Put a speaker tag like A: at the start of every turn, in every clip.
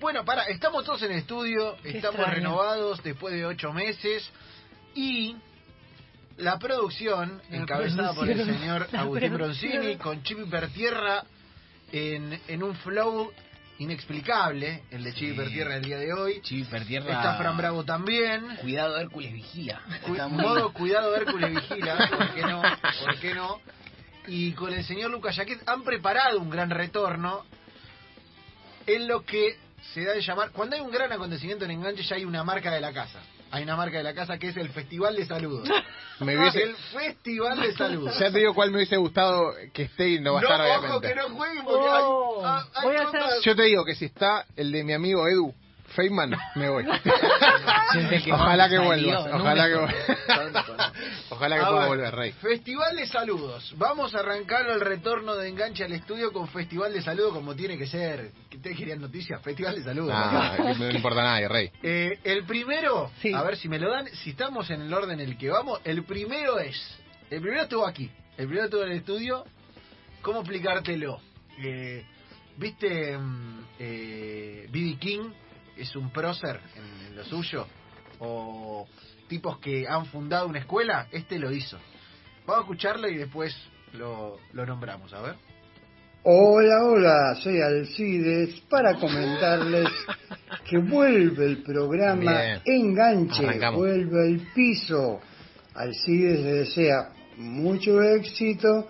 A: Bueno, para, estamos todos en el estudio,
B: Qué
A: estamos
B: extraño.
A: renovados después de ocho meses y la producción,
B: La
A: encabezada por el
B: producción.
A: señor
B: La
A: Agustín
B: producción.
A: Broncini, con Chipi Pertierra en, en un flow inexplicable, el de Chipi
C: Sí.
A: Pertierra el día de hoy.
C: Chivi Pertierra.
A: Está Fran Bravo también.
C: Cuidado, Hércules vigila.
A: Cu-
C: Está muy-
A: modo cuidado Hércules vigila, ¿por qué no? ¿Por qué no? Y con el señor Lucas Jaquet han preparado un gran retorno en lo que se da de llamar, cuando hay un gran acontecimiento en Enganche ya hay una marca de la casa. Hay una marca de la casa que es el Festival de Saludos. Ah,
D: Me hubiese-
A: El Festival de Saludos.
D: Ya te digo cuál me hubiese gustado que esté y no va a
A: no,
D: estar
A: ojo
D: obviamente.
A: que no jueguen porque
B: Oh,
A: hay, ah, hay
B: voy a
A: cosas-
B: hacer-
D: Yo te digo que si está el de mi amigo Edu Feynman, me voy.
C: Siente que
D: ojalá
C: no
D: que
C: salió,
D: vuelvas,
C: no
D: ojalá
C: me-
D: que vuelvas. ojalá que
A: A
D: pueda
A: ver,
D: volver, Rey.
A: Festival de saludos. Vamos a arrancar el retorno de enganche al estudio con Festival de saludos como tiene que ser. Que ustedes querían noticias, Festival de saludos.
D: Ah, que no le importa a nadie, Rey.
A: Eh, el primero,
B: Sí.
A: a ver si me lo dan, si estamos en el orden en el que vamos, el primero es, el primero estuvo aquí, el primero estuvo en el estudio, ¿cómo explicártelo? Eh, ¿Viste mm, eh, B.B. King? ¿Es un prócer en, en lo suyo? ¿O tipos que han fundado una escuela? Este lo hizo. Vamos a escucharlo y después lo, lo nombramos, a ver.
E: Hola, hola, soy Alcides para comentarles que vuelve el programa
D: Bien.
E: Enganche,
D: Arrancamos.
E: vuelve el piso. Alcides les desea mucho éxito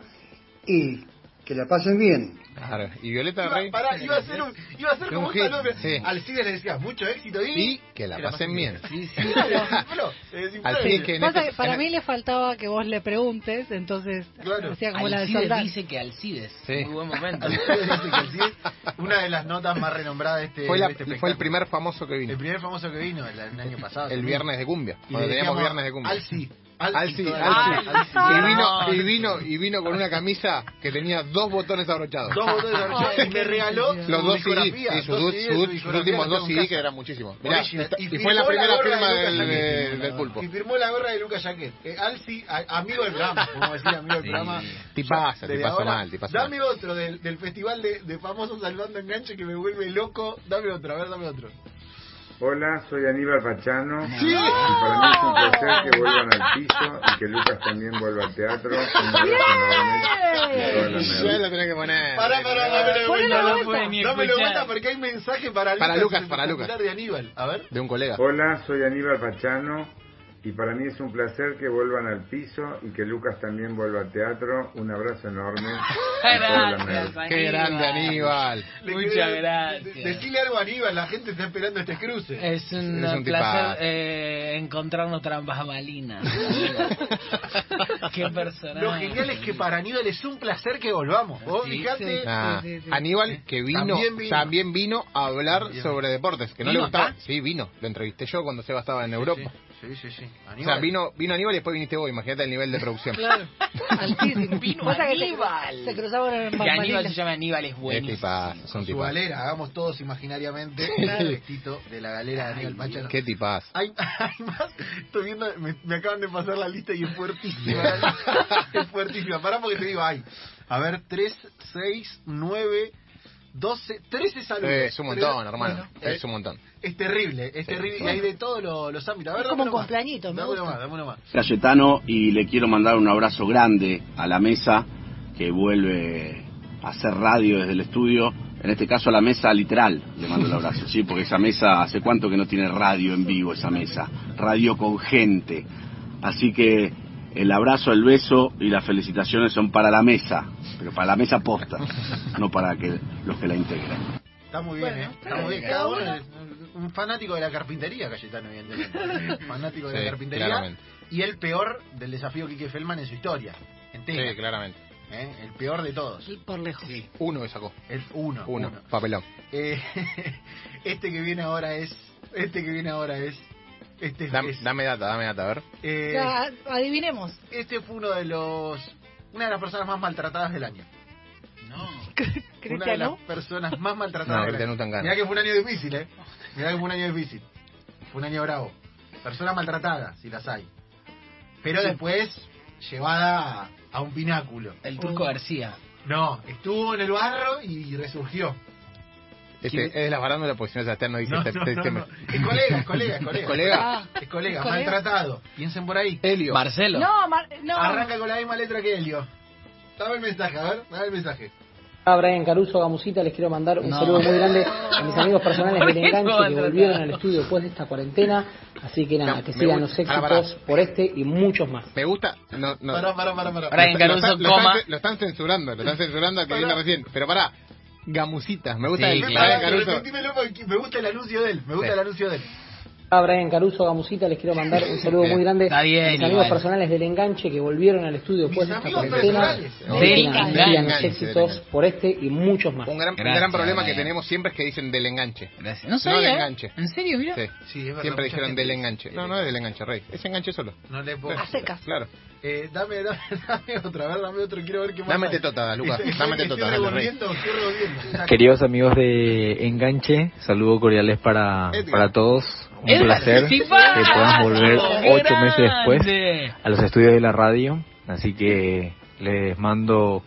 E: y que la pasen bien.
D: Claro. ¿Y Violeta,
A: Iba,
D: Rey?
A: pará, iba a ser, un- iba a ser
D: Un
A: como un
D: hit,
A: saludo.
D: sí.
A: Alcides le decía, mucho éxito y...
D: Y que la
A: que la
D: pasen
A: pasen
D: bien.
A: Desinfló, se desinfló.
D: Así es que en
B: Pasa
D: este-
B: que para
D: en-
B: mí le faltaba que vos le preguntes, entonces
A: Claro.
B: hacía como la de
C: Alcides
B: Soldán.
C: dice que Alcides.
D: Sí.
C: Muy buen momento.
A: Alcides dice que sí es Una de las notas más renombradas de este,
D: fue, la-
A: de este
D: fue el
A: espectáculo.
D: primer famoso que vino.
A: El
D: El,
A: primer famoso que vino el, el año pasado. también.
D: viernes de cumbia.
A: Y
D: Cuando
A: le
D: teníamos
A: decíamos,
D: viernes de cumbia.
A: Alci.
D: Alci,
A: toda
D: Alci.
A: la vida, Alci.
D: Y
A: Ah.
D: vino, y vino, y vino con una camisa que tenía dos botones abrochados.
A: Dos botones de horchata. Y me regaló
D: Los
A: su
D: dos CD,
A: discografía,
D: y sus, dos-
A: CD,
D: sus-
A: su
D: sus
A: discografía
D: últimos
A: la
D: dos
A: tengo en
D: CD que
A: casa.
D: eran muchísimos. Mirá,
A: Original.
D: y, y
A: firmó
D: fue la primera
A: gorra
D: firma
A: de Lucas
D: del,
A: Jaquet.
D: del- del pulpo.
A: Y firmó la gorra de Lucas Jaquet. Eh, Alci, a- amigo del programa, como decía, amigo del
C: Sí.
A: programa.
D: Tipazo,
A: Desde
D: tipazo
A: ahora,
D: mal, tipazo
A: Dame
D: mal.
A: otro del, del festival de, de famosos salvando enganche que me vuelve loco. Dame otro, a ver, dame
D: Eh,
A: otro.
F: Hola, soy Aníbal Pachano.
A: Sí.
F: Y para mí es un placer que vuelvan al piso y que Lucas también vuelva al teatro. Un abrazo enorme y toda la
D: Ya
F: mierda.
D: la tenés que poner.
A: Pará, pará, dámelo de
B: Ponelo
A: vuelta.
B: de
A: no
B: vuelta.
A: puedo.
C: Ni
A: Dámelo de
C: escuchar.
A: vuelta porque hay mensaje para Lucas.
D: Para Lucas, para
A: en el
D: Lucas.
A: celular de Aníbal. A ver.
D: De un colega.
F: Hola, soy Aníbal Pachano. Y para mí es un placer que vuelvan al piso y que Lucas también vuelva al teatro. Un abrazo enorme. y toda la mierda.
C: Gracias,
D: Qué grande Aníbal.
A: Le
C: Muchas
A: quería-
C: gracias.
A: de- Decirle algo a Aníbal, la gente está esperando este cruce.
C: Es un,
D: Eres un
C: placer
D: tipazo.
C: eh, encontrarnos trampas malinas. Qué personaje.
A: Lo genial es que para Aníbal es un placer que volvamos. Vos
C: Sí,
A: fijate.
C: sí.
D: Ah,
C: sí, sí.
D: Aníbal que vino
A: También
D: también,
A: vino.
D: vino a hablar
A: Bien.
D: sobre deportes que no le
C: ¿Vino
D: gustaba
C: acá?
D: sí vino lo entrevisté yo cuando Seba estaba en Europa
A: Sí, sí, sí.
D: o sea vino vino Aníbal y después viniste vos imagínate el nivel de producción
B: Claro, altísimo.
C: Vino
B: Pasa que se-
C: Aníbal.
B: Se cruzaban en
C: Que Aníbal se
B: Palmalina.
C: llama Aníbal es
D: es
C: buenísimo.
D: tipazo es un
A: Con su
D: tipazo
A: galera, hagamos todos imaginariamente el vestido de la galera de Aníbal Pachano.
D: qué tipazo
A: Hay, hay más, estoy viendo, me, me acaban de pasar la lista y es fuertísima. la lista. es fuertísima. Pará porque te digo, ay. A ver, 3, 6, 9, 12, 13 saludos.
D: Eh, es un montón
A: Pero-
D: hermano
A: bueno, eh,
D: es un montón
A: es terrible, es terrible. Y hay de todos los, los ámbitos. A ver,
B: Es como
A: dame uno más.
B: cumpleañitos, me
A: Dame uno
B: gusta.
A: más, dame uno más.
G: Cayetano y le quiero mandar un abrazo grande a la mesa que vuelve a hacer radio desde el estudio. En este caso a la mesa literal le mando el abrazo, sí, porque esa mesa hace cuánto que no tiene radio en vivo esa mesa, radio con gente. Así que el abrazo, el beso y las felicitaciones son para la mesa, pero para la mesa posta, no para que los que la integran.
A: Está muy bien, ¿eh?
B: Bueno,
A: Está muy bien. Cada uno es un fanático de la carpintería, Cayetano, evidentemente. fanático de
D: Sí,
A: la carpintería.
D: claramente.
A: Y el peor del desafío Quique Feldman en su historia. Entera.
D: sí claramente
A: ¿eh? El peor de todos.
B: Por lejos.
D: uno que sacó
A: El Ah, uno.
D: uno, papelón
A: Eh, este que viene ahora es. Este que viene ahora es. Este, es-
D: Dam- dame data dame data a ver
A: eh,
B: Ya, adivinemos.
A: este fue uno de los. Una de las personas más maltratadas del año. Una de
B: Cristiano.
A: las personas más maltratadas
D: no
A: del
D: Cristian
A: año.
D: Utangana
A: Mirá que fue un año difícil, ¿eh? Mirá que fue un año difícil. Fue un año bravo. Personas maltratadas, si las hay. Pero después, llevada a, a un pináculo.
C: El turco García.
A: No, estuvo en el barro y resurgió.
D: Este, es de las barándolas porque si no, Sebastián no dice... este,
A: No,
D: te-
A: no,
D: te-
A: no,
D: te-
A: no. Es colega, es colega, es colega.
D: ¿Es
B: Ah.
D: colega?
A: Es colega,
B: ¿Es colega?
A: maltratado. Piensen por ahí.
D: Helio.
C: Marcelo.
B: No, Mar- no.
A: Arranca con la misma letra que Helio. Dame el mensaje, a ver, dame el mensaje.
H: A Ah, Brian Caruso, Gamusita, les quiero mandar un
C: No.
H: saludo muy grande a mis amigos personales del
C: ¿Por qué no
H: enganche que
C: vas a
H: volvieron
C: tratar?
H: al estudio después de esta cuarentena. Así que nada,
D: No,
H: que
D: me
H: sigan
D: gusta-
H: los
D: Pará, pará.
H: éxitos por este y muchos más.
D: Me gusta... No, no.
A: Pará, pará, pará, pará.
C: Brian
D: Lo
C: Caruso,
D: están- lo están-
C: coma.
D: Lo están censurando, lo están censurando al que
A: Pará.
D: vino recién. Pero pará, gamusitas, me gusta
C: Sí,
D: el
A: Pará,
C: claro.
D: Brian
A: pará,
D: Caruso.
A: repetímelo porque Me gusta el anuncio de él, me gusta
D: Sí.
A: el anuncio de él.
H: A Ah, Brian Caruso, Gamusita, les quiero mandar un saludo
D: Bien,
H: muy grande
C: está bien,
H: a mis amigos
C: igual.
H: personales del enganche que volvieron al estudio después de
A: Mis
H: esta
A: amigos
H: cuarentena.
A: personales.
H: Así
C: Del
H: que nada, que sigan los
D: enganche, del
H: éxitos
D: enganche.
H: por este y muchos más.
D: Un gran, un
C: Gracias,
D: gran problema que
C: Brian.
D: tenemos siempre es que dicen del enganche.
C: Gracias. No
D: No
C: sabía.
D: del
C: ¿eh?
D: enganche.
C: ¿En serio? Mira.
D: Sí.
A: Sí, es verdad,
D: Siempre
A: mucha
D: dijeron
A: gente
D: del
A: dice
D: enganche.
A: del
D: No, no es del enganche, Rey. Es enganche solo.
A: No le puedo.
B: A secas.
D: Claro.
A: Eh, dame, dame, dame otra, a ver, dame otro, quiero ver qué más.
D: Dame
A: hay.
D: tetota, Lucas,
A: Estoy-
D: dame
A: estoy
D: tetota, dale, Rey.
A: revolviendo, estoy revolviendo.
I: Queridos amigos de Enganche, saludos cordiales para,
D: Edgar.
I: para todos. Un
C: Es
I: placer que
C: participar.
I: puedan volver
C: ¡Qué
I: ocho meses después
C: grande!
I: a los estudios de la radio. Así que les mando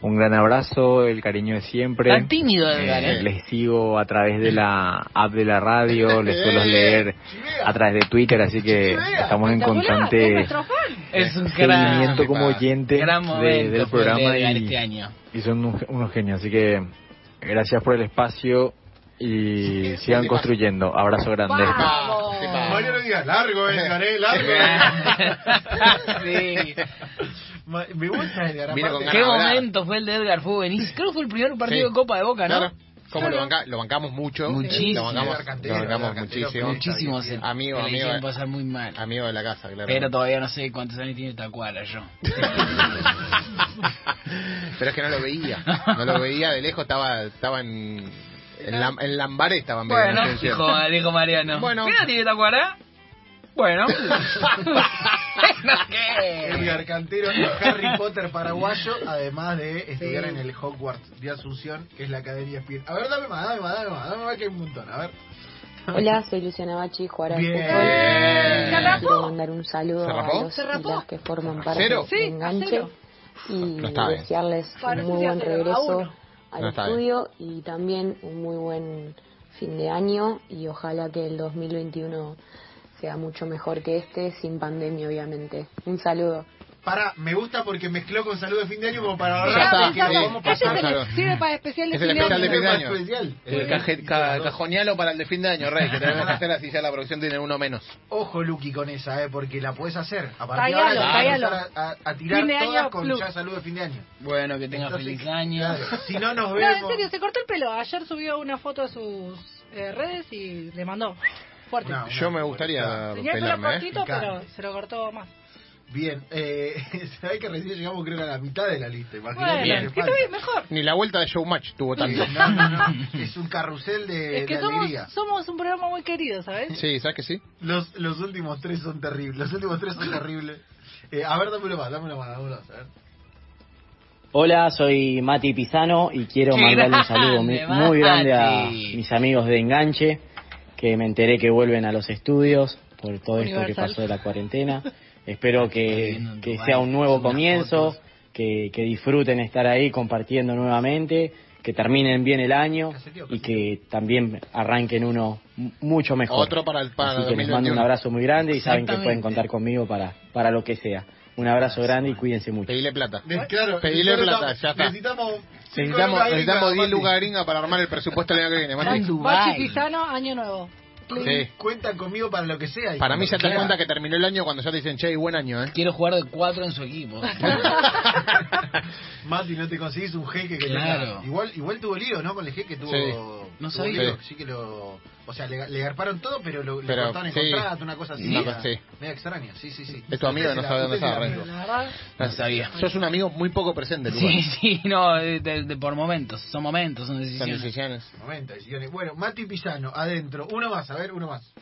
I: un gran abrazo, el cariño de siempre.
C: Tan tímido, Edgar,
I: Eh,
C: ¿eh?
I: les sigo a través de la app de la radio, les suelo
D: Eh,
I: leer
A: chivea.
I: a través de Twitter, así que
A: Chivea.
I: estamos en constante
C: Es un gran,
I: seguimiento como
D: Epa.
I: oyente
C: gran
I: de-
C: momento
I: del
C: fue el de
I: programa
C: Edgar
I: y,
C: este año.
I: y son un- unos genios. Así que gracias por el espacio y sigan construyendo. Abrazo grande.
B: Vamos.
D: Sí, pa.
A: Mariano Díaz, largo, Edgar, eh, largo.
C: sí.
A: Ma- me gusta Edgar,
D: Vino
A: aparte.
D: con
C: Qué
D: ganas de hablar.
C: momento fue el de Edgar, fue buenísimo. Creo que fue el primer partido de
D: Sí.
C: Copa de Boca, ¿no?
D: Claro. Como lo, banca- lo bancamos mucho.
C: Muchísimo.
D: Lo bancamos,
A: Edgar Cantero,
D: lo bancamos
A: Edgar Cantero,
D: muchísimo.
C: Muchísimo se,
D: Amigo,
C: se le
D: amigo.
C: hicieron pasar muy mal.
D: Amigo de la casa, claro.
C: Pero todavía no sé cuántos años tiene Tacuara yo.
D: Pero es que no lo veía. No lo veía de lejos, estaba, estaba en, en, la, en Lambaré estaban viendo
C: Bueno,
D: la televisión.
C: dijo, dijo Mariano.
D: Bueno.
C: ¿Qué edad tiene Tacuara? Bueno. Bueno, ¿qué?
A: Edgar Cantero, Harry Potter paraguayo, además de estudiar en el Hogwarts de Asunción, que es la academia Speed. A ver, dame más, dame más, dame más, dame más que hay un montón, a ver.
J: Hola, soy Luciana Bachi, jugadora
A: Bien.
J: de fútbol.
B: ¿Se
J: Quiero
B: rapó?
J: mandar un saludo
D: ¿Se
J: a
D: rapó?
J: los
B: ¿Se rapó?
J: y las que forman
D: ¿A
J: parte
D: cero?
J: del
B: Sí, a
J: enganche
B: cero.
J: y
D: No está bien.
J: desearles
B: Parece
J: un muy buen
B: que a cero, a
J: regreso
B: uno.
J: al
D: No está bien.
J: estudio y también un muy buen fin de año y ojalá que el 2021 sea mucho mejor que este, sin pandemia obviamente. Un saludo.
A: Para, me gusta porque mezcló con salud de fin de año como para
D: Ya
A: ahorrar.
D: está,
B: Claro,
A: que
B: pensaba,
D: vamos a
B: este
D: pasar,
B: es el-
D: claro.
B: sirve para especial de
D: Es el
B: fin de
D: especial de
B: año.
D: fin de
A: más
D: año.
A: especial.
D: El
A: Y
D: Eh, caje-
A: las
D: ca-
A: dos.
D: cajonealo para el de fin de año, Rey, que tenemos que hacer así ya la producción tiene uno menos.
A: Ojo, Luqui, con esa, eh, porque la puedes hacer. A partir
B: Tallalo,
A: de ahora
B: tallalo.
A: vas a, empezar a- a tirar
B: Fin de año,
A: todas con
B: plus.
A: ya salud de fin de año.
C: Bueno, que tenga
A: Entonces,
C: feliz año.
A: claro, si no nos
B: No,
A: vemos.
B: en serio, se cortó el pelo. Ayer subió una foto a sus eh, redes y le mandó fuerte.
A: No.
D: Yo me gustaría
B: Tenía el pelo
D: pelarme, ¿eh?
B: cortito,
A: Picante.
B: pero se lo cortó más.
A: Bien, eh, sabés que recién llegamos creo que a la mitad de la lista, imagínate.
B: Bueno,
A: lo que
B: es que
A: falta.
B: está bien, mejor.
D: Ni la vuelta de Showmatch tuvo tanto.
A: No, no, no, es un carrusel de,
B: Es que
A: Eh, de
B: somos,
A: alegría.
B: somos un programa muy querido, ¿sabes?
D: Sí, ¿sabes que sí?
A: Los, los últimos tres son terribles, los últimos tres son terribles. Eh, a ver, dámelo más, dámelo más, dámelo más. A ver.
H: Hola, soy Mati Pisano y quiero
C: ¡Qué
H: mandarle un saludo mi-
C: grande,
H: muy grande a
C: Mati!
H: mis amigos de Enganche, que me enteré que vuelven a los estudios por todo esto que
B: Universal.
H: pasó de la cuarentena. Espero que,
C: viviendo en
H: que
C: Dubái,
H: sea un nuevo
C: son unas
H: comienzo,
C: fotos.
H: que, que disfruten estar ahí compartiendo nuevamente, que terminen bien el año
A: Caseteo,
H: y que también arranquen uno mu- mucho mejor.
D: Otro para el- para
H: Así que les
D: 2021.
H: mando un abrazo muy grande y saben que pueden
C: Exactamente.
H: contar conmigo para, para lo que sea. Un abrazo grande y cuídense mucho.
D: Pedile plata.
A: De- claro,
D: Pedile
A: necesitamos-
D: plata, ya está.
A: Necesitamos, cinco
D: Necesitamos,
A: lucas gringas,
D: necesitamos 10
A: Mati.
D: lucas gringas para armar el presupuesto el año que viene,
C: Está en
D: Mati.
B: Bachi
C: Dubái.
B: Pisano, año nuevo.
D: Sí.
A: Cuentan conmigo para lo que sea.
D: Para mí ya te das
A: Claro.
D: cuenta que terminó el año cuando ya te dicen, che, y buen año, ¿eh?
C: Quiero jugar de cuatro en su equipo.
A: Mati, no te conseguís un jeque que
C: Claro.
A: tenga- Igual, igual tuvo lío, ¿no? Con el jeque tuvo.
D: Sí.
A: tuvo
C: No sabía.
A: lío,
D: Sí.
A: Sí. que lo. O sea, le, le garparon todo, pero lo, le
D: Pero,
A: cortaron el
D: sí.
A: contrato, una cosa así.
D: Una
A: media-
D: cosa así.
A: media extraña, sí, sí, sí.
D: Es tu amigo, no
A: Usted
D: sabe
A: se
D: dónde
A: usted se
D: estaba,
A: la-
D: Renzo.
B: La verdad,
C: No sabía.
D: Sos un amigo muy poco presente, Lucas.
C: Sí, sí, no, de, de- de por momentos. Son momentos, son
D: Son
C: decisiones.
D: decisiones.
A: 90 decisiones. Bueno, Mati Pisano, adentro. Uno más, a ver, uno más.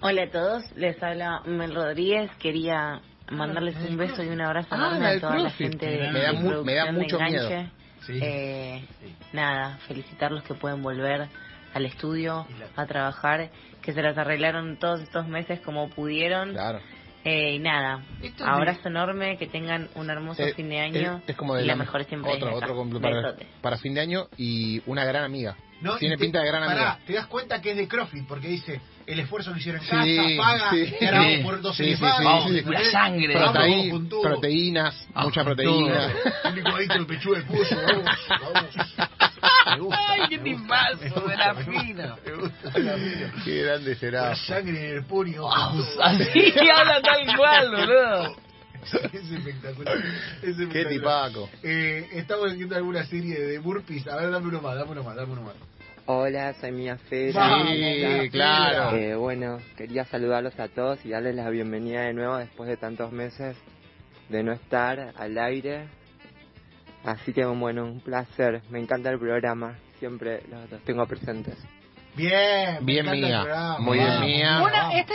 K: Hola a todos, les habla Mel Rodríguez. Quería mandarles un beso y un abrazo
D: Ah,
K: enorme
D: la
K: a
D: del
K: toda la
D: CrossFit.
K: gente
D: Me
K: de de
D: da mu-
K: producción
D: me da
K: de
D: mucho
K: Enganche.
D: miedo.
A: Sí.
K: Eh,
A: Sí.
K: Nada, felicitarlos que pueden volver al estudio
A: Y la-
K: a trabajar, que se las arreglaron todos estos meses como pudieron
D: Claro.
K: Eh, y nada,
A: Esto es
K: abrazo
A: mi-
K: enorme, que tengan un hermoso
D: Eh,
K: fin de año.
D: Es, es como de
K: y
D: la
K: la mejor siempre es
D: otro,
K: esa.
D: otro complemento para,
K: Besote.
D: para fin de año y una gran amiga.
A: No,
D: Tiene
A: y te-
D: pinta de gran
A: pará,
D: amiga.
A: te das cuenta que es de Crofit, porque dice el esfuerzo que hicieron en
D: Sí,
A: casa, paga,
D: sí.
A: te hará
D: Sí,
A: por dos
D: sí, sí, sí,
A: elefantes,
D: sí.
A: ¿entendés?
D: Pura sangre.
A: Vamos,
D: Proteí-
A: vamos con todo.
D: proteínas,
A: Vamos
D: mucha
A: con
D: proteína.
A: todo. Un licuadito de pechuga de pollo, vamos, vamos. Me gusta,
C: Ay, qué
A: me gusta, me
C: tipazo
A: gusta,
C: de la
A: me gusta,
C: fina.
A: me gusta la mina.
D: Qué grande será.
A: La sangre en el puño.
C: Así habla tal cual, boludo.
A: Es espectacular. Es espectacular.
D: Qué tipaco.
A: Eh, estamos viendo alguna serie de burpees. A ver, dame uno más, dame uno más, dame uno más.
L: Hola, soy Mia Fera.
A: Vamos, Mia
D: claro.
L: Eh, bueno, quería saludarlos a todos y darles la bienvenida de nuevo después de tantos meses de no estar al aire. Así que bueno, un placer. Me encanta el programa. Siempre los los tengo presentes.
A: Bien, me
D: Bien,
A: encanta el
D: Mía.
A: programa,
D: Muy bien,
A: vamos.
K: Ah,
D: Mía.
B: Una, este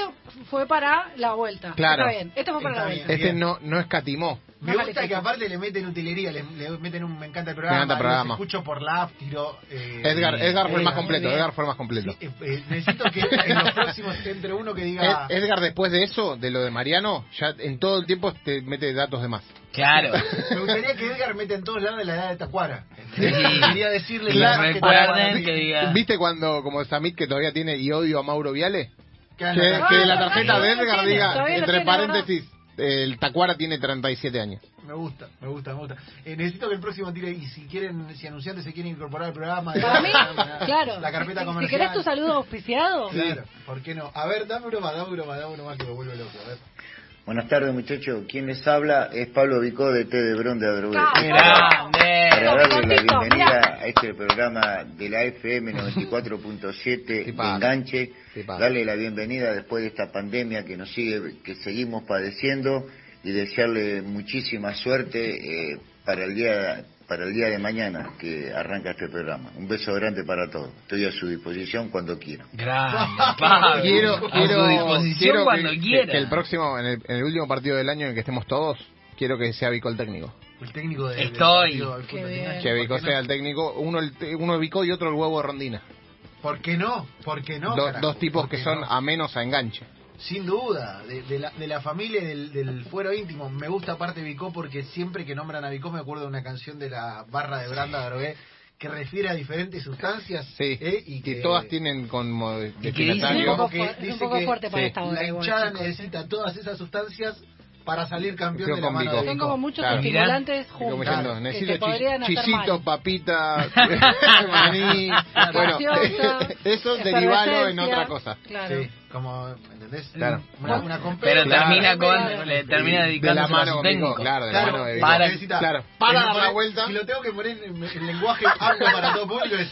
B: fue para la vuelta.
D: Claro.
B: Está bien. Este fue para
A: Está
B: la
A: bien.
B: vuelta.
D: Este no, no escatimó.
A: Me
B: No
A: gusta que
B: califica.
A: aparte le meten utilería, le, le meten un me encanta el programa.
D: Me encanta el
A: los
D: programa.
A: escucho por la app, tiro. eh,
D: Edgar,
A: eh,
D: Edgar fue el más
A: muy
D: completo.
A: bien.
D: Edgar fue el más completo.
A: Eh, eh, necesito que en los próximos entre uno que diga.
D: Ed- Edgar, después de eso, de lo de Mariano, ya en todo el tiempo te mete datos de más.
C: Claro.
A: Me gustaría que Edgar meta en todos lados de la edad de Tacuara.
D: Sí.
A: Quería decirle
D: Claro.
A: la edad que
C: Recuerden
A: Tacuara-
C: que diga.
D: ¿Viste cuando, como Samit que todavía tiene y odio a Mauro Viale?
A: que
D: Que,
A: a la-
D: que de
B: Ah,
D: la tarjeta
B: todavía
D: de
B: lo
D: Edgar
B: tiene,
D: diga,
B: todavía lo
D: entre
B: tiene, ¿verdad?
D: paréntesis, el Tacuara tiene 37 años.
A: Me gusta, me gusta, me gusta. Eh, necesito que el próximo tire, y si quieren, si anunciantes se quieren incorporar al programa,
B: Para mí,
A: la-
B: claro.
A: la carpeta
B: Si- si,
A: comercial.
B: querés tu saludo auspiciado,
A: Claro, ¿por qué no? A ver, dame uno más, dame uno más, dame uno más que me vuelvo loco. A ver.
M: Buenas tardes, muchachos. Quien les habla es Pablo Vicó de T de Bron de Adrogué. Para
C: Grande.
M: darle la
C: Cortito,
M: bienvenida a este programa de la FM 94.7 de Enganche. Darle la bienvenida después de esta pandemia que nos sigue, que seguimos padeciendo y desearle muchísima suerte eh, para el día para el día de mañana que arranca este programa. Un beso grande para todos. Estoy a su disposición cuando quiera.
C: Grande, Pablo.
D: quiero,
C: a
D: quiero,
C: su disposición
D: quiero que-
C: cuando
D: que,
C: quiera.
D: que el próximo, en el, en el último partido del año en el que estemos todos, quiero que sea Vico el técnico.
A: El técnico de.
C: Estoy.
A: del partido del
C: Qué
A: fútbol
C: bien.
A: internacional. ¿Por
D: Que Vico
A: qué Eh, no?
D: sea el técnico, uno el, te- uno el Vico y otro el huevo de Rondina.
A: ¿Por qué no? ¿Por qué no?
D: Do-
A: carajo?
D: dos tipos
A: ¿Por
D: que
A: qué
D: son
A: no?
D: a menos a enganche.
A: Sin duda, de, de la, de la familia y del, del fuero íntimo. Me gusta aparte Vicó porque siempre que nombran a Vicó me acuerdo de una canción de la barra de Branda Drogué que refiere a diferentes sustancias.
D: Sí,
A: ¿eh? y
D: que, todas tienen como
B: es
D: destinatario.
B: un poco,
A: que
B: fuerte- es
A: dice
B: un poco
A: que-
B: fuerte para
D: sí.
B: esta hora.
A: La
B: igual,
A: hinchada
B: chicos. ¿eh?
A: necesita todas esas sustancias para salir campeón
D: Creo
A: de la
D: con
A: mano
D: Vicó.
A: de
B: Son
A: Vicó.
B: como muchos
D: Claro.
B: articulantes
D: Y como
B: juntos.
D: diciendo,
B: que
D: necesito
B: te
D: chi-
B: podrían hacer
D: chisitos,
B: mal.
D: papitas, maní. Bueno,
B: Gaseosa,
D: eso derivalo en otra cosa.
B: Claro.
A: Sí, como, ¿entendés?
D: Claro.
A: Una, una
C: Pero
A: compensa.
C: termina
A: Claro.
C: con. Le termina
D: De la
C: dedicándose a
D: mano
C: su
D: con Vico,
C: técnico.
D: claro, de la mano de Vico.
A: para,
C: Para-
A: necesita,
D: claro.
A: para
D: Si lo
A: dar la
D: pones-
A: vuelta. Si lo tengo que poner en, en lenguaje apto para todo público es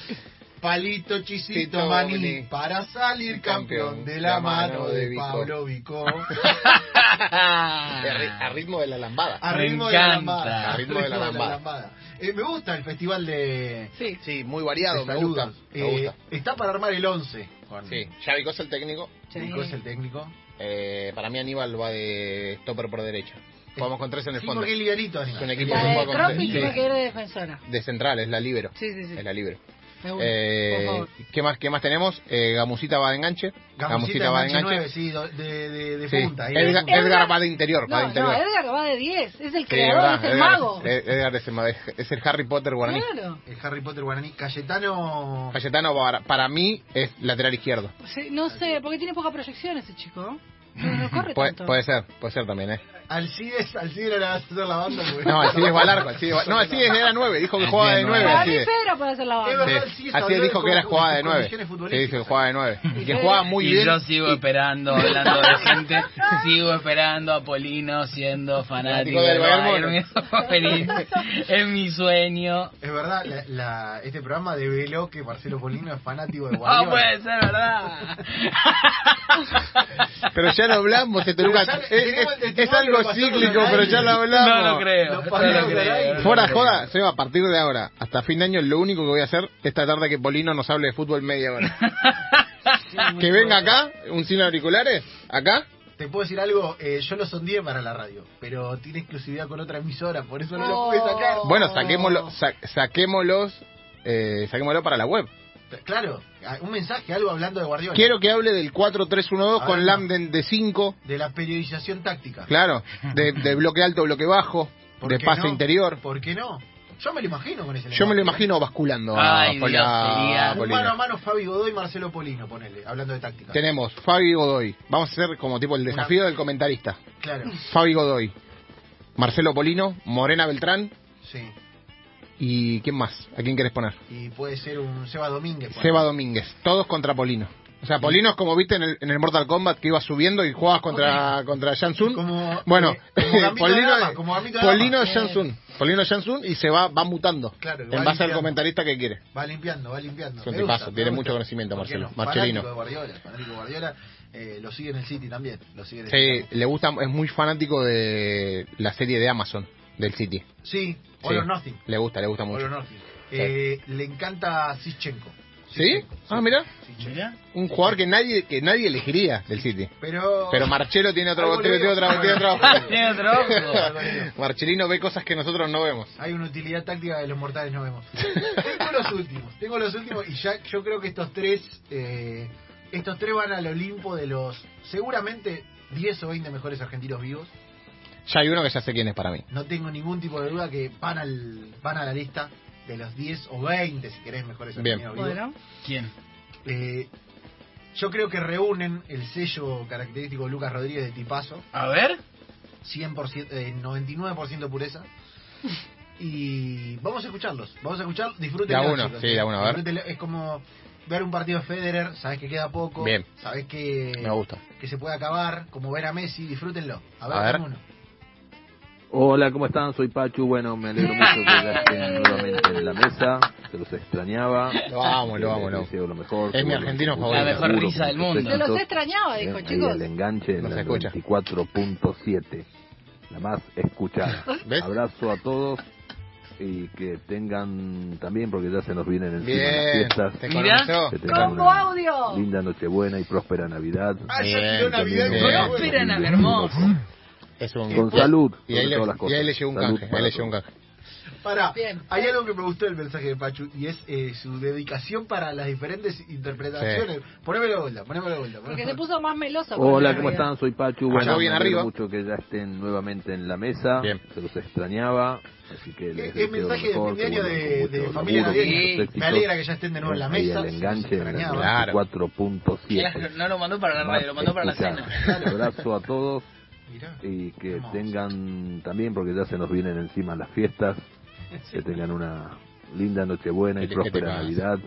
A: palito, chisito,
D: Tito,
A: maní,
D: maní.
A: para salir campeón
D: Campeón
A: de la mano de
D: Vico.
A: Pablo Vico.
D: A ri-
C: Ah.
D: a ritmo de la lambada.
B: Ah,
A: A
C: Me
A: ritmo de la
C: encanta.
A: lambada.
D: A ritmo de la lambada.
A: Eh, me gusta el festival de,
B: Sí.
D: Sí, muy
A: de
D: variado, me gusta.
A: saludos.
D: Me
A: Eh,
D: gusta.
A: Está para armar el 11.
D: Sí, ya Vico es el técnico.
B: Sí.
A: Vico es el técnico.
D: Eh, para mí Aníbal va de stopper por derecha. Jugamos con tres en el
A: Sí,
D: fondo.
A: porque es livianito, Aníbal.
D: Es un equipo
B: La
D: que
B: de
D: juega con
B: Crosby
D: tres.
B: tiene
D: Sí.
B: que ir de defensora.
D: De central, es la libero.
B: Sí, sí, sí.
D: Es la libero.
B: Me gusta.
D: Eh,
B: Por favor.
D: ¿qué, más, ¿Qué más tenemos? Eh, Gamusita va de enganche.
A: Gamusita va enganche. 9, sí, do- de, de, de
D: Sí.
A: punta. ahí.
D: Edgar,
B: Edgar-
D: Edgar va de interior. va de
B: No, no,
D: interior.
B: Edgar va de 10. Es el
D: Sí,
B: creador,
D: verdad,
B: es el
D: Edgar,
B: mago.
D: Ed- Edgar es el, ma- es el Harry Potter guaraní.
B: Claro.
A: El Harry Potter guaraní. Cayetano.
D: Cayetano para, para mí es lateral izquierdo.
B: Sí, no sé, porque tiene poca proyección ese chico. No, no corre
D: Puede,
B: tanto.
D: puede ser, puede ser también, ¿eh?
A: Alcides, Alcides no le vas a hacer la banda. porque-
D: No, Alcides va al arco. Alcides va- No, Alcides era 9, dijo que jugaba de 9.
B: Para mí
D: Alcides.
B: Fedra puede hacer la
A: Es
B: banda.
A: verdad,
D: Sí,
A: Alcides habló
D: Alcides dijo que
A: cómo-
D: era jugada
A: sus
D: de 9.
A: condiciones
D: Sí, dice que
A: futbolísticas.
D: jugaba de 9. Y que
B: Fede-
D: jugaba muy
C: y
D: bien.
C: yo sigo esperando, hablando de gente, sigo esperando a Polino siendo fanático
D: Fanático
C: del
D: del Bayern
C: Bayern. Feliz. es mi sueño.
A: Es verdad, la, la- este programa develó que Marcelo Polino es fanático de
C: No
A: Guardiola.
C: Ah, puede ser, ¿verdad?
D: Pero ya lo hablamos, este
A: Pero
D: Lucas.
A: ya le-
D: Es,
A: tenemos el
D: es- es
A: testimonio, lo
D: algo
A: pasamos
D: cíclico,
A: al
D: pero
A: aire.
D: ya lo hablamos.
C: No lo creo,
A: No
C: no lo
A: podemos
C: creo.
A: hablar.
C: no
D: Fuera
C: lo
D: joda, Seba, a partir de ahora, hasta fin de año, lo único que voy a hacer esta tarde que Polino nos hable de fútbol media hora. que venga acá, un cine de auriculares, acá.
A: Te puedo decir algo, eh, yo lo sondié para la radio, pero tiene exclusividad con otra emisora, por eso no lo
B: Oh.
A: pude sacar.
D: Bueno, saquémoslo, sa- saquémoslos, eh, saquémoslo para la web.
A: Claro, ah, un mensaje, algo hablando de Guardiola.
D: Quiero que hable del 4-3-1-2
A: Hablando.
D: con Lambden de 5,
A: De la periodización táctica.
D: claro, de, de bloque alto, bloque bajo,
A: ¿Por
D: de
A: qué
D: pase
A: no?
D: interior.
A: ¿Por qué no? Yo me lo imagino con ese
D: Yo me lo
A: lenguaje.
D: imagino basculando
A: Ay,
D: a
A: Dios,
D: Pola-
A: sería- Un
D: Polina.
A: mano a mano Fabi Godoy y Marcelo Polino, ponele, hablando de táctica.
D: Tenemos Fabi Godoy. Vamos a hacer como tipo el desafío del comentarista.
A: Claro,
D: Fabi Godoy, Marcelo Polino, Morena Beltrán
A: sí.
D: y ¿quién más? ¿A quién querés poner?
A: Y puede ser un Seba Domínguez. ponele.
D: Seba Domínguez. Todos contra Polino. O sea, Polino es como viste en el, en el Mortal Kombat que iba subiendo y jugabas contra, contra Jansun.
A: Como,
D: Bueno,
A: eh, como Gambito
D: Polino,
A: Dama, como Gambito
D: Polino
A: Dama.
D: es Jansun. Polino es Jansun y se va, va mutando.
A: Claro,
D: en
A: va
D: base al
A: limpiando.
D: comentarista que quiere.
A: Va limpiando, va limpiando.
D: Es un
A: Me gusta,
D: tipazo,
A: me
D: tiene
A: gusta.
D: mucho conocimiento,
A: ¿Por qué
D: Marcelo.
A: Fanático
D: Marcelino.
A: de Guardiola, fanático de Guardiola. eh, lo sigue en el City también. Lo sigue en el City.
D: Sí, le gusta, es muy fanático de la serie de Amazon, del City.
A: Sí, All
D: Sí,
A: or Nothing.
D: Le gusta, le gusta
A: All
D: mucho.
A: or Nothing. Eh, Le encanta Sichenko.
D: ¿Sí? Ah, mira. Un jugador que nadie que nadie elegiría del City.
A: Pero.
D: Pero Marchelo tiene otro
A: Algo le
D: tiene
A: veo.
D: otra tiene otra-
A: Tiene otro ojo. Algo le veo.
D: Marchelino ve cosas que nosotros no vemos.
A: Hay una utilidad táctica que los mortales no vemos. tengo los últimos, tengo los últimos y ya yo creo que estos tres, eh, estos tres van al Olimpo de los seguramente 10 o 20 mejores argentinos vivos.
D: Ya hay uno que ya sé quién es para mí.
A: No tengo ningún tipo de duda que van al van a la lista de los 10 o 20 si querés mejores
D: Bien.
A: argentinos vivos.
B: Bueno,
C: ¿Quién?
A: Eh, yo creo que reúnen el sello característico de Lucas Rodríguez de Tipazo.
C: A ver.
A: 100%, eh, 99% pureza. Y vamos a escucharlos. Vamos a escuchar, disfruten.
D: De a uno, sí, de a uno, a ver.
A: Es como ver un partido de Federer, sabes que queda poco.
D: Bien.
A: Sabes que,
D: Me gusta.
A: que se puede acabar, como ver a Messi, disfrútenlo. A ver,
D: A ver.
A: dame uno.
N: Hola, ¿cómo están? Soy Pachu. Bueno, me alegro mucho que ya estén nuevamente en la mesa. Se los extrañaba.
D: Lo amo, lo amo,
N: Les
D: lo amo.
N: deseo lo mejor.
D: Es mi
N: Seguro
D: argentino
N: que
D: favorito. La mejor
N: seguro,
D: risa del
N: como
D: mundo.
B: Se los
N: perfecto.
B: extrañaba, dijo,
N: Ahí
B: chicos.
N: el enganche en
D: No se
N: la
D: escucha.
N: 24.7. La más escuchada. Abrazo a todos y que tengan también, porque ya se nos vienen encima
D: Bien,
N: las fiestas.
D: te Mirá, colonizó.
N: Que tengan
B: combo
N: una
B: audio.
N: Linda Nochebuena y próspera Navidad.
B: Ah,
D: ya tiró Navidad,
B: Próspera Navidad, hermoso.
D: Es un-
N: Con salud.
D: Y ahí,
N: sobre
D: le,
N: todas las
D: y ahí le
N: cosas.
D: llegó un
N: Salud
D: canje, ahí
N: para
D: le llegó un
N: todos.
D: canje.
A: Pará, hay algo que me gustó del mensaje de Pachu y es eh, su dedicación para las diferentes interpretaciones. Ponémelo de vuelta, ponémelo de vuelta.
B: Porque
A: ponémelo
B: se puso más meloso. con
N: Hola,
B: la
N: ¿cómo
B: Navidad.
N: están? Soy Pachu.
D: Allá
N: Bueno,
D: bien
N: me alegro
D: arriba.
N: mucho que ya estén nuevamente en la mesa. Se los extrañaaba. Así que les
A: Es- es
N: deseo lo
A: Eh, mensaje de
N: mejor,
A: fin de
N: que
A: año
N: vuelvan
A: de-
N: con
A: de
N: mucho
A: Familia
N: laburo,
A: Naviera.
N: muchos
A: Me
N: éxitos.
A: alegra que ya estén de nuevo en la
N: Ahí
A: mesa,
N: El
A: se los
N: enganche en
D: Ah,
N: el
A: extrañaba.
N: 4.7.
C: No lo mandó para la radio, lo mandó para la cena.
N: Un abrazo a todos
A: Mirá.
N: y que tengan también, porque ya se nos vienen encima las fiestas, que tengan una linda Nochebuena y
D: ¿Qué te- qué te
N: próspera
D: pasa?
N: Navidad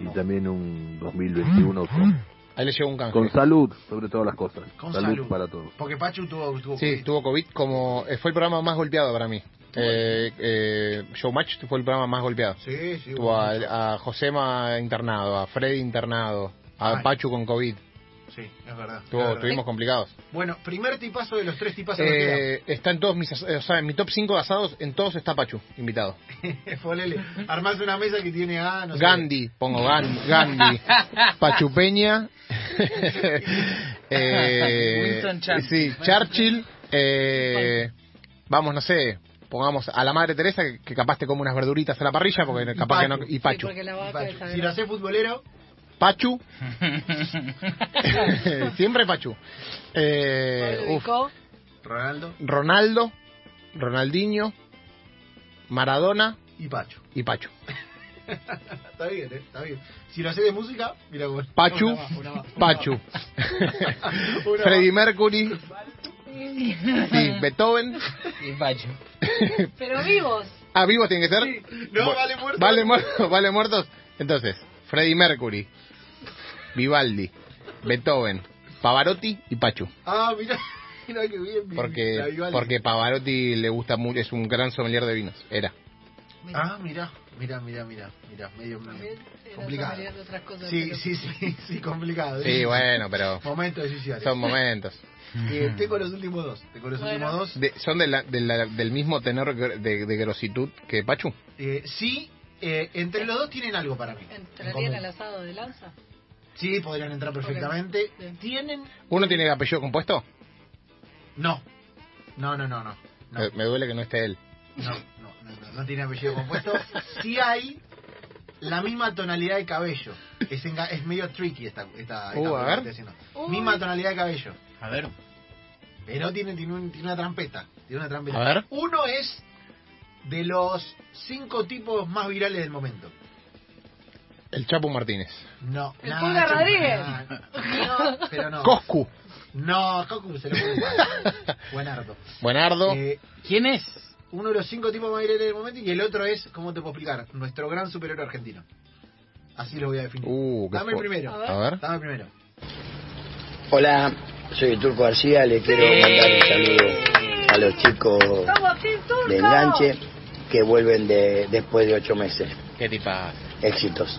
N: y también un 2021 con
D: Ahí le llegó un canje.
N: con salud, sobre todas las cosas.
A: Con
N: salud,
A: salud.
N: para todos.
A: Porque Pachu tuvo, tuvo
D: Sí, tuvo COVID como... eh, Fue el programa más golpeado para mí. Eh, eh, Showmatch fue el programa más golpeado.
A: Sí, sí.
D: Tuvo a, a Josema internado, a Freddy internado, a
A: Ay.
D: Pachu con COVID.
A: Sí, es verdad.
D: Tuvo-
A: es verdad.
N: Eh,
D: tuvimos complicados.
A: Bueno, primer tipazo de los tres tipazos que
D: Eh, está en todos mis... as- eh, O sea, en mi top 5 de asados, en todos está Pachu, invitado.
A: quedan. Ponele, armás una mesa que tiene a... No sé.
D: Eh, Gandhi, pongo Gan- Gandhi. Pachu Peña. eh,
A: Winston Churchill.
D: Sí, Churchill. eh, vamos, no sé, pongamos a la madre Teresa, que, que capaz te come unas verduritas a la parrilla, porque capaz que no... Y Pachu.
B: Porque la vaca
A: Pachu.
B: es sagrada.
A: Si lo hace futbolero,
D: Pachu. Siempre Pachu. Eh, uf,
B: Ubicó.
A: Ronaldo
D: Ronaldo, Ronaldinho, Maradona
A: y Pachu.
D: y Pachu.
A: está bien, eh, está bien. Si lo hace de música, mira vos.
D: Pachu,
A: Una más, una más, una
D: Pachu.
A: más. Una
D: Freddie
A: más.
D: Mercury y Beethoven.
C: Y Pacho.
B: Pero vivos.
D: Ah, vivos tienen que ser.
A: No,
D: Bu-
A: vale muerto.
D: Vale muertos, vale muertos. Entonces, Freddie Mercury, Vivaldi, Beethoven, Pavarotti y Pachu.
A: Ah, mira, mira que bien. mi- la
D: Porque,
A: Vivaldi.
D: porque Pavarotti le gusta mucho, es un gran sommelier de vinos. Era.
A: Ah, mira, mira, mira, mira, mira, medio complicado.
B: sommelier de otras cosas,
A: Sí,
B: pero-
A: sí, sí, sí, complicado. ¿eh?
D: Sí, bueno, pero
A: Momentos decisiones.
D: son momentos.
A: Eh, tengo los últimos dos. Tengo los últimos dos.
D: De- son de la- de la- del mismo tenor gr- de, de grositud que Pachu.
A: Eh, sí, eh, entre los dos tienen algo para mí. En común.
B: ¿Entrarían al asado de lanza?
A: Sí, podrían entrar perfectamente. Tienen.
D: ¿Uno tiene apellido compuesto?
A: No. No, no, no, no.
D: Eh, Me duele que no esté él.
A: No, no, no, no, no tiene apellido compuesto. Sí hay la misma tonalidad de cabello. Es, enga- es medio tricky esta. esta, esta
D: Uh, a
A: pregunta
D: ver.
A: que estoy haciendo.
D: Uy.
A: Misma tonalidad de cabello.
C: A ver.
A: Pero tiene, tiene, un- tiene una trampeta. Tiene una trampeta.
C: A ver.
A: Uno es de los cinco tipos más virales del momento.
D: El Chapo Martínez.
A: No.
B: El
A: nah,
B: Pulga
A: chico,
B: Rodríguez.
A: nah. No, pero no.
D: Coscu.
A: No, Cocu se lo pongo. Buenardo.
D: Buenardo.
C: Eh, ¿Quién es?
A: Eh, Uno de los cinco tipos más virales del momento y el otro es, ¿cómo te puedo explicar? Nuestro gran superhéroe argentino. Así lo voy a definir.
D: Uh, qué
A: Dame el
D: fu-
A: primero.
D: A ver.
A: Dame el primero.
O: Hola, soy el Turco García, le quiero mandar un saludo a los
B: Oh,
O: chicos de Enganche que vuelven de, después de ocho meses.
D: Qué tipa.
O: Éxitos.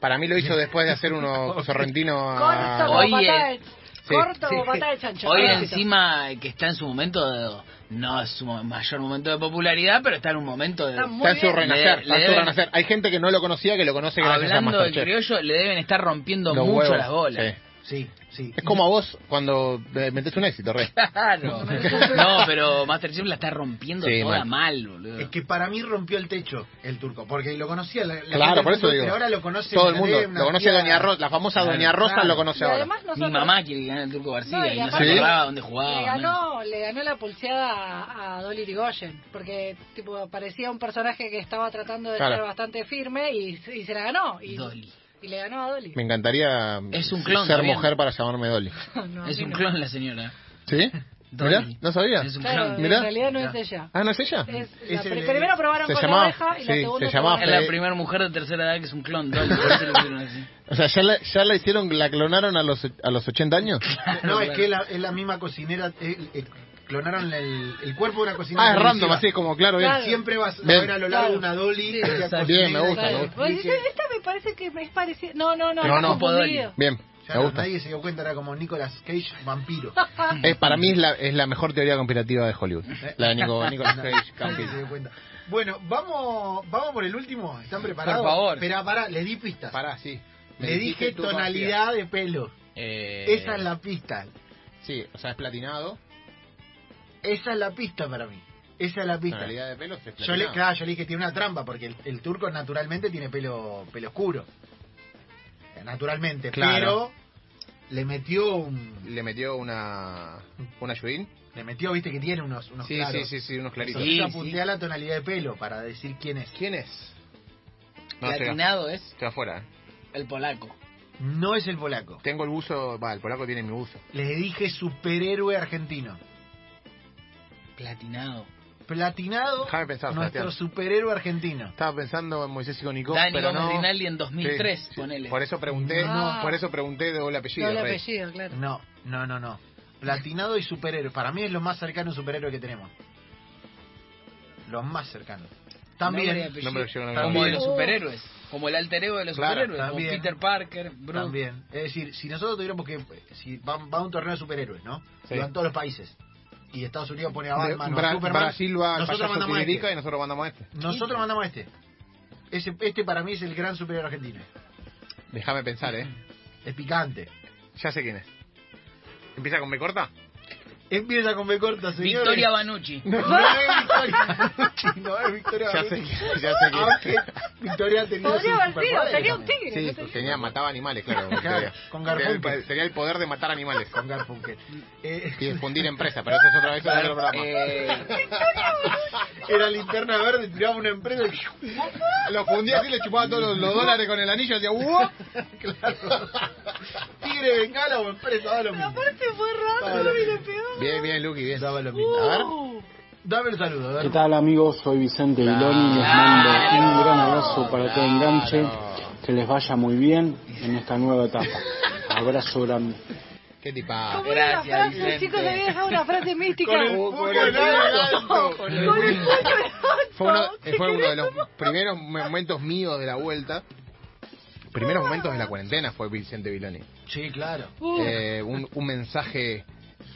D: Para mí lo hizo después de hacer uno sorrentino a...
B: Corto como
C: Ah, Oye.
B: patada de,
D: Sí.
B: corto como
D: Sí.
B: patada de chancho.
C: Hoy
B: Éxito.
C: encima que está en su momento de- no es su mayor momento de popularidad, pero está en un momento de...
B: Está muy
D: Está en su
C: bien.
D: renacer,
C: Le-
D: está
C: le
D: en su
C: deben-
D: renacer. Hay gente que no lo conocía que lo conoce gracias a
C: Hablando del
D: Masterchef.
C: criollo, le deben estar rompiendo
D: Los
C: mucho
D: huevos,
C: las bolas.
A: Sí, sí.
D: Es como a vos cuando eh, metes un éxito, Rey.
C: Claro. No, pero Masterchef la está rompiendo
D: Sí,
C: toda
D: mal.
C: mal, boludo.
A: Es que para mí rompió el techo el turco, porque lo conocía la, la
D: Claro,
A: gente del
D: por eso
A: mundo,
D: digo.
A: pero ahora lo conoce
D: Todo el
A: la
D: mundo,
A: tele, una
D: lo conoce
A: tía-
D: Doña Rosa, la famosa Doña Rosa lo conoce
B: Y
D: ahora.
B: además nosotros-
C: Mi mamá quiere que gane el Turco García
B: No, y
C: y no
B: aparte-
C: se acordaba dónde jugaba.
B: Le ganó, le ganó la pulseada a, a Dolly Rigoyen, porque tipo parecía un personaje que estaba tratando de
D: Claro.
B: ser bastante firme y, y se la ganó. Y, y le ganó a Dolly.
D: Me encantaría
C: Es un clon,
D: ser
C: está bien.
D: mujer para llamarme Dolly.
B: No,
C: es
B: a mí
C: un
B: no.
C: clon la señora.
D: ¿Sí? ¿Mirá? ¿No sabía? Es
C: un
B: Claro, en
D: Mirá.
B: realidad no es ella.
D: Ah, ¿no es ella?
B: Es la
A: Es
B: pri-
A: el-
B: primero probaron
D: se
B: con
D: llamaba-
B: la oveja y la
D: sí, se
B: segunda
D: llamaba
B: probaron-
C: Es la
D: Fede-
C: primera mujer de tercera edad que es un clon. Dolly, por eso lo pusieron así.
D: O sea, ¿ya la, ya la hicieron, la clonaron a los, a los 80 años? Ah,
A: No, es que es la, es la misma cocinera. eh, eh, clonaron el, el cuerpo de una cocinera.
D: Ah, es random,
A: televisiva.
D: así como, claro, bien.
A: Claro. Siempre vas a
D: Bien.
A: ver a lo largo
B: Claro.
A: una Dolly. que la
D: Exacto.
A: cocinera
D: Bien, me gusta,
A: que
D: me
A: te
D: gusta.
B: Vos decís,
A: explique.
B: Esta me parece que me es parecida. No, no, no.
D: No,
B: está
D: no.
B: confundido.
D: Bien,
A: Ya
D: me
A: no,
D: gusta.
A: nadie se dio cuenta, era como Nicolas Cage, vampiro.
D: Es, para mí es la, es la mejor teoría conspirativa de Hollywood. La de Nico- Nicolas
A: No,
D: Cage,
A: nadie se
D: Campbell.
A: dio cuenta. Bueno, vamos, vamos por el último. ¿Están preparados?
D: favor.
A: Espera, pará, les di pistas.
D: Pará, sí. Me
A: Le
D: dijiste
A: dije
D: tú, Matías.
A: tonalidad de pelo.
C: Eh,
A: Esa es la pista.
D: Sí, o sea, es platinado.
A: Esa es la pista para mí. Esa es la pista.
D: Tonalidad de pelo es
A: Yo le,
D: platinado.
A: claro, yo le dije que tiene una trampa, porque el, el turco naturalmente tiene pelo pelo oscuro. Naturalmente,
D: Claro.
A: pero le metió un...
D: Le metió una... ¿Una ayudín?
A: Le metió, viste, que tiene unos, unos
D: Sí,
A: claros.
D: sí, sí, sí, unos claritos.
A: Entonces
D: Sí,
A: apunté a la tonalidad de pelo para decir quién es.
D: ¿Quién es? No,
C: Platinado es
D: Estoy afuera. eh.
C: el polaco.
A: No es el polaco.
D: Tengo el buzo... Va, el polaco tiene mi buzo.
A: Les dije superhéroe argentino.
C: Platinado.
A: Platinado,
D: Déjame pensar,
A: nuestro
D: Sebastián.
A: superhéroe argentino.
D: Estaba pensando en Moisés Icónico,
C: Dani
D: pero no...
C: Rinaldi en 2003,
D: Sí, sí.
C: ponele.
D: Por eso pregunté,
B: Ah.
D: por eso pregunté de doble apellido.
B: Doble
D: Rey.
B: apellido, claro.
A: No, no, no, no. Platinado y superhéroe. Para mí es lo más cercano a un superhéroe que tenemos. Lo más cercano.
C: Nombre y
A: También.
C: apellido.
D: Nombre, yo no lo
C: como
D: conozco.
C: de los superhéroes. Como el alter ego de los
A: Claro,
C: superhéroes. Como
A: también.
C: Peter Parker, Bruce.
A: También. Es decir, si nosotros tuviéramos que. Si va, va a un torneo de superhéroes, ¿no?
D: Sí.
A: Y van todos los países. Y Estados Unidos pone a
D: Bra-
A: Batman o a
D: Bra-
A: Superman.
D: Brasil va al
A: nosotros
D: payaso
A: mandamos a este.
D: Tiririca y nosotros mandamos a este.
A: Nosotros mandamos a este. Ese, este para mí es el gran superhéroe argentino.
D: Déjame pensar, ¿eh?
A: Es picante.
D: Ya sé quién es. ¿Empieza con B corta?
A: Empieza con B corta, señores.
C: Victoria Banucci.
A: No, no es Victoria Banucci, no es Victoria
D: Ya sé
A: Banucci.
D: quién, ya sé quién.
A: Aunque Victoria tenía
B: Podría
A: sus
B: haber sido,
A: superpoderes
B: tenía un
A: también.
B: tigre.
D: Sí, pues
B: no tenía-
D: tenía, mataba animales, claro. Victoria.
A: con
D: Tenía el
A: Garfunkel.
D: po- Tenía el poder de matar animales.
A: Con Garfunkel. Eh,
D: Y de fundir empresas, pero eso es otra vez en otro programa.
C: Eh,
A: era linterna verde, tiraba una empresa y...
D: Lo fundía así, le chupaba todos los, los dólares con el anillo, hacía ¡Wow!
A: Claro. Tigre, bengala o empresa, daba lo
B: Pero
A: mismo.
B: aparte fue
A: Daba
B: raro,
A: lo
B: y lo
A: mismo.
B: peor.
D: Bien, bien, Luqui, bien.
A: Daba lo mismo.
D: A ver.
B: Uh,
A: Dame el saludo, a
P: ¿Qué
A: ver.
P: tal amigos? Soy Vicente Viloni, les mando un gran abrazo para todo enganche, que les vaya muy bien en esta nueva etapa. Abrazo grande.
D: Qué tipa.
B: ¿Cómo era la
C: Gracias,
B: frase,
C: Vicente.
B: chicos? Había dejado una frase mística.
A: Ah, Con el
B: Con
A: puño en alto.
B: el puño en alto.
D: Fue uno,
B: ¿Te
D: fue uno
B: querés
D: de los primeros momentos míos de la vuelta. Primeros momentos de la cuarentena fue Vicente Viloni.
A: Sí, claro.
B: Uh,
D: Eh, un, un mensaje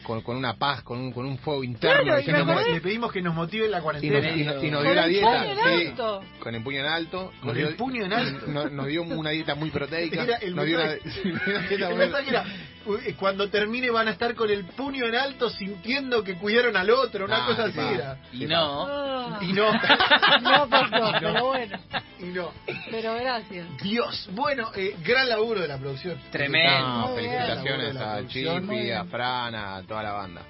D: con, con una paz, con un, con un fuego
B: Claro,
D: interno.
B: y
D: diciendo,
B: me acordé-
A: Le pedimos que nos motive en la
D: y nos,
A: cuarentena.
D: y nos- y
B: Con
D: nos dio la
B: el
D: dieta.
B: puño en
D: sí,
B: alto.
D: con el puño en alto.
A: Con el puño en alto.
D: Nos, nos dio una dieta muy proteica.
A: Era el
D: nos dio una,
A: mensaje-
D: sí, una dieta
A: El
D: muy-
A: mensaje era, u- eh, cuando termine van a estar con el puño en alto sintiendo que cuidaron al otro, una
C: Ah,
A: cosa así
C: va.
A: era.
C: Y no.
B: Ah.
A: Y no.
B: No pasó,
A: Y no.
B: pero bueno.
A: Y no.
B: Pero gracias.
A: Dios, bueno, eh, gran laburo de la producción.
D: No,
A: Muy bien.
D: felicitaciones
A: Gran laburo de la
D: a
A: producción, muy
D: Chippy,
A: bien.
D: a Fran, a toda la banda.